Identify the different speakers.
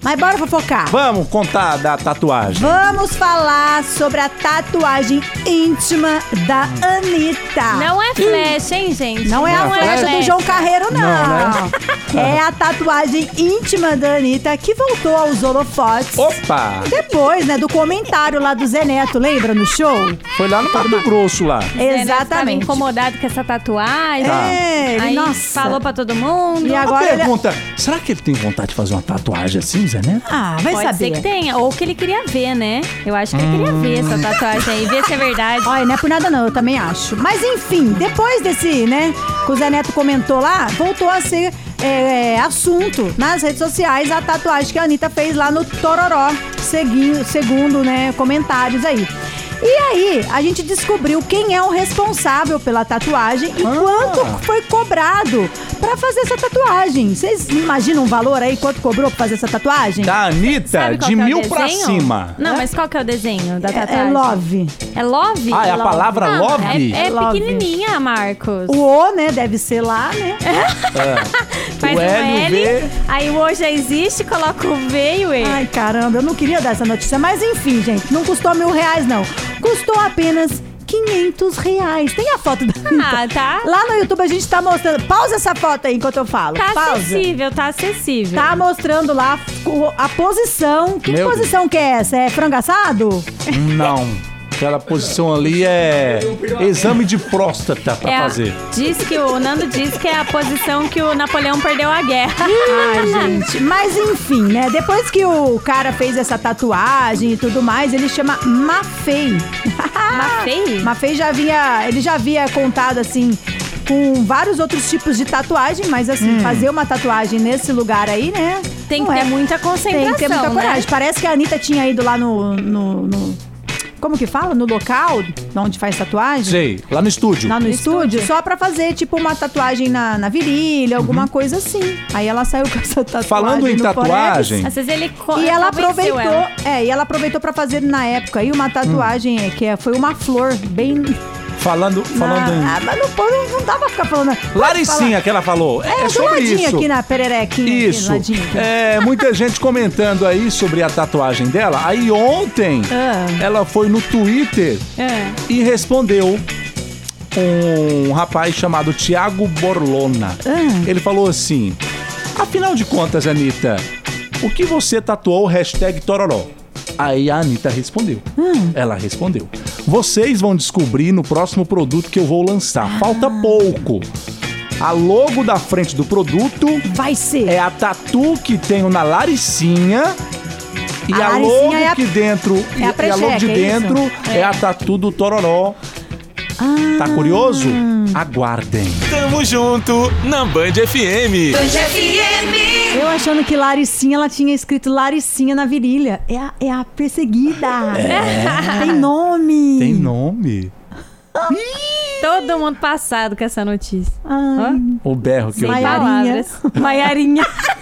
Speaker 1: Mas bora fofocar.
Speaker 2: Vamos contar da tatuagem.
Speaker 1: Vamos falar sobre a tatuagem íntima da Anitta.
Speaker 3: Não é flecha, hein, gente?
Speaker 1: Ah. Não é a flecha do João Carreiro, não. É a tatuagem íntima da Anitta que voltou aos holofotes.
Speaker 2: Opa!
Speaker 1: Depois, né, do comentário lá do Zé Neto, lembra no show?
Speaker 2: Foi lá no Mato Grosso lá.
Speaker 3: Tava
Speaker 1: Exatamente.
Speaker 3: incomodado com essa tatuagem.
Speaker 1: É, ele,
Speaker 3: Aí
Speaker 1: nossa.
Speaker 3: falou pra todo mundo.
Speaker 1: E agora
Speaker 2: a
Speaker 1: ele-
Speaker 2: pergunta, será que ele tem vontade de fazer uma tatuagem assim, Zé Neto?
Speaker 1: Ah, vai
Speaker 3: Pode
Speaker 1: saber.
Speaker 3: ser que tenha. Ou que ele queria ver, né? Eu acho que ele queria ver essa tatuagem aí, ver se é verdade.
Speaker 1: Hum. Olha, não é por nada não, eu também acho. Mas enfim, depois desse, né, que o Zé Neto comentou lá, voltou a ser é, é, assunto nas redes sociais a tatuagem que a Anitta fez lá no Tororó, seguindo, segundo, né, comentários aí. E aí, a gente descobriu quem é o responsável pela tatuagem e quanto foi cobrado pra fazer essa tatuagem. Vocês imaginam um valor aí, quanto cobrou pra fazer essa tatuagem?
Speaker 2: Da Anitta,
Speaker 3: Sabe qual
Speaker 2: de
Speaker 3: que é o
Speaker 2: mil pra
Speaker 3: desenho?
Speaker 2: cima.
Speaker 3: Não, mas qual que é o desenho da
Speaker 1: É, é
Speaker 3: tatuagem?
Speaker 1: love.
Speaker 3: É love?
Speaker 2: Ah, é a
Speaker 3: Love.
Speaker 2: palavra
Speaker 3: Ah,
Speaker 2: love?
Speaker 3: É, é
Speaker 1: Love.
Speaker 3: pequenininha, Marcos.
Speaker 1: O O, né, deve ser lá, né?
Speaker 3: Faz
Speaker 2: o L,
Speaker 3: um
Speaker 2: o
Speaker 3: L,
Speaker 2: V.
Speaker 3: aí o O já existe, coloca o V e o E.
Speaker 1: Ai, caramba, eu não queria dar essa notícia. Mas enfim, gente, não custou mil reais, não. Custou apenas 500 reais. Tem a foto da
Speaker 3: Ah,
Speaker 1: Anitta.
Speaker 3: tá.
Speaker 1: Lá no YouTube a gente tá mostrando. Pausa essa foto aí enquanto eu falo.
Speaker 3: Tá
Speaker 1: então, Pausa.
Speaker 3: acessível, tá acessível.
Speaker 1: Tá mostrando lá o- a posição. Que
Speaker 2: Meu
Speaker 1: posição que é essa? É frango assado?
Speaker 2: Não. Aquela posição ali é exame de próstata pra
Speaker 3: É a-
Speaker 2: fazer.
Speaker 3: diz que o Nando diz que é a posição que o Napoleão perdeu a guerra.
Speaker 1: Ai, gente. Mas enfim, né? Depois que o cara fez essa tatuagem e tudo mais, ele chama Mafei.
Speaker 3: Mafei?
Speaker 1: Mafei já havia, ele já havia contado assim com vários outros tipos de tatuagem, mas assim,
Speaker 2: Hum.
Speaker 1: fazer uma tatuagem nesse lugar aí, né?
Speaker 3: Tem que
Speaker 1: não
Speaker 3: ter
Speaker 1: é
Speaker 3: muita concentração,
Speaker 1: tem que ter muita
Speaker 3: né?
Speaker 1: coragem. Parece que a Anitta tinha ido lá no, no- no- como que fala? No local onde faz tatuagem?
Speaker 2: Sei, lá no estúdio.
Speaker 1: Lá no, estúdio, só pra fazer, tipo, uma tatuagem na, na virilha, alguma coisa assim. Aí ela saiu com essa tatuagem.
Speaker 2: Uhum. Falando em
Speaker 1: no Forex.
Speaker 2: tatuagem,
Speaker 3: Às vezes ele co-
Speaker 1: E ela
Speaker 3: convenceu
Speaker 1: aproveitou,
Speaker 3: ela.
Speaker 1: é, e ela aproveitou pra fazer na época aí uma tatuagem
Speaker 2: Hum.
Speaker 1: é, que é- foi uma flor bem
Speaker 2: falando, falando
Speaker 1: não,
Speaker 2: em...
Speaker 1: ah, mas não, pô, não, não dava pra ficar falando. né? Pode
Speaker 2: Laricinha que ela falou.
Speaker 1: falar.
Speaker 2: É,
Speaker 1: É, do
Speaker 2: sobre
Speaker 1: ladinho
Speaker 2: isso.
Speaker 1: aqui na pererequinha. aqui,
Speaker 2: Isso.
Speaker 1: ladinho aqui.
Speaker 2: É, muita gente comentando aí sobre a tatuagem dela. Aí ontem
Speaker 1: Ah.
Speaker 2: ela foi no Twitter
Speaker 3: É.
Speaker 2: e respondeu um rapaz chamado Thiago Borlona.
Speaker 1: Ah.
Speaker 2: Ele falou assim: Afinal de contas, Anitta, o que você tatuou hashtag Tororó? Aí a Anitta respondeu.
Speaker 1: Ah.
Speaker 2: Ela respondeu. Vocês vão descobrir no próximo produto que eu vou lançar. Falta
Speaker 1: Ah.
Speaker 2: pouco. A logo da frente do produto
Speaker 1: Vai ser.
Speaker 2: é a tatu que tenho na Laricinha. E
Speaker 1: A
Speaker 2: a,
Speaker 1: Laricinha
Speaker 2: logo
Speaker 1: é a-
Speaker 2: que dentro.
Speaker 1: é a
Speaker 2: e- e a logo
Speaker 1: precheca,
Speaker 2: de
Speaker 1: é Ah.
Speaker 2: dentro
Speaker 1: isso?
Speaker 2: é. a tatu do Tororó. Tá curioso? Aguardem.
Speaker 4: Tamo junto na Band FM.
Speaker 1: Eu achando que Laricinha, ela tinha escrito Laricinha na virilha. É a, é a perseguida.
Speaker 2: É.
Speaker 1: Tem nome.
Speaker 2: Tem nome?
Speaker 3: Todo mundo passado com essa notícia.
Speaker 1: Ai,
Speaker 2: O berro que eu dei.
Speaker 3: Sem
Speaker 1: Maiarinha.
Speaker 3: palavras. Maiarinha.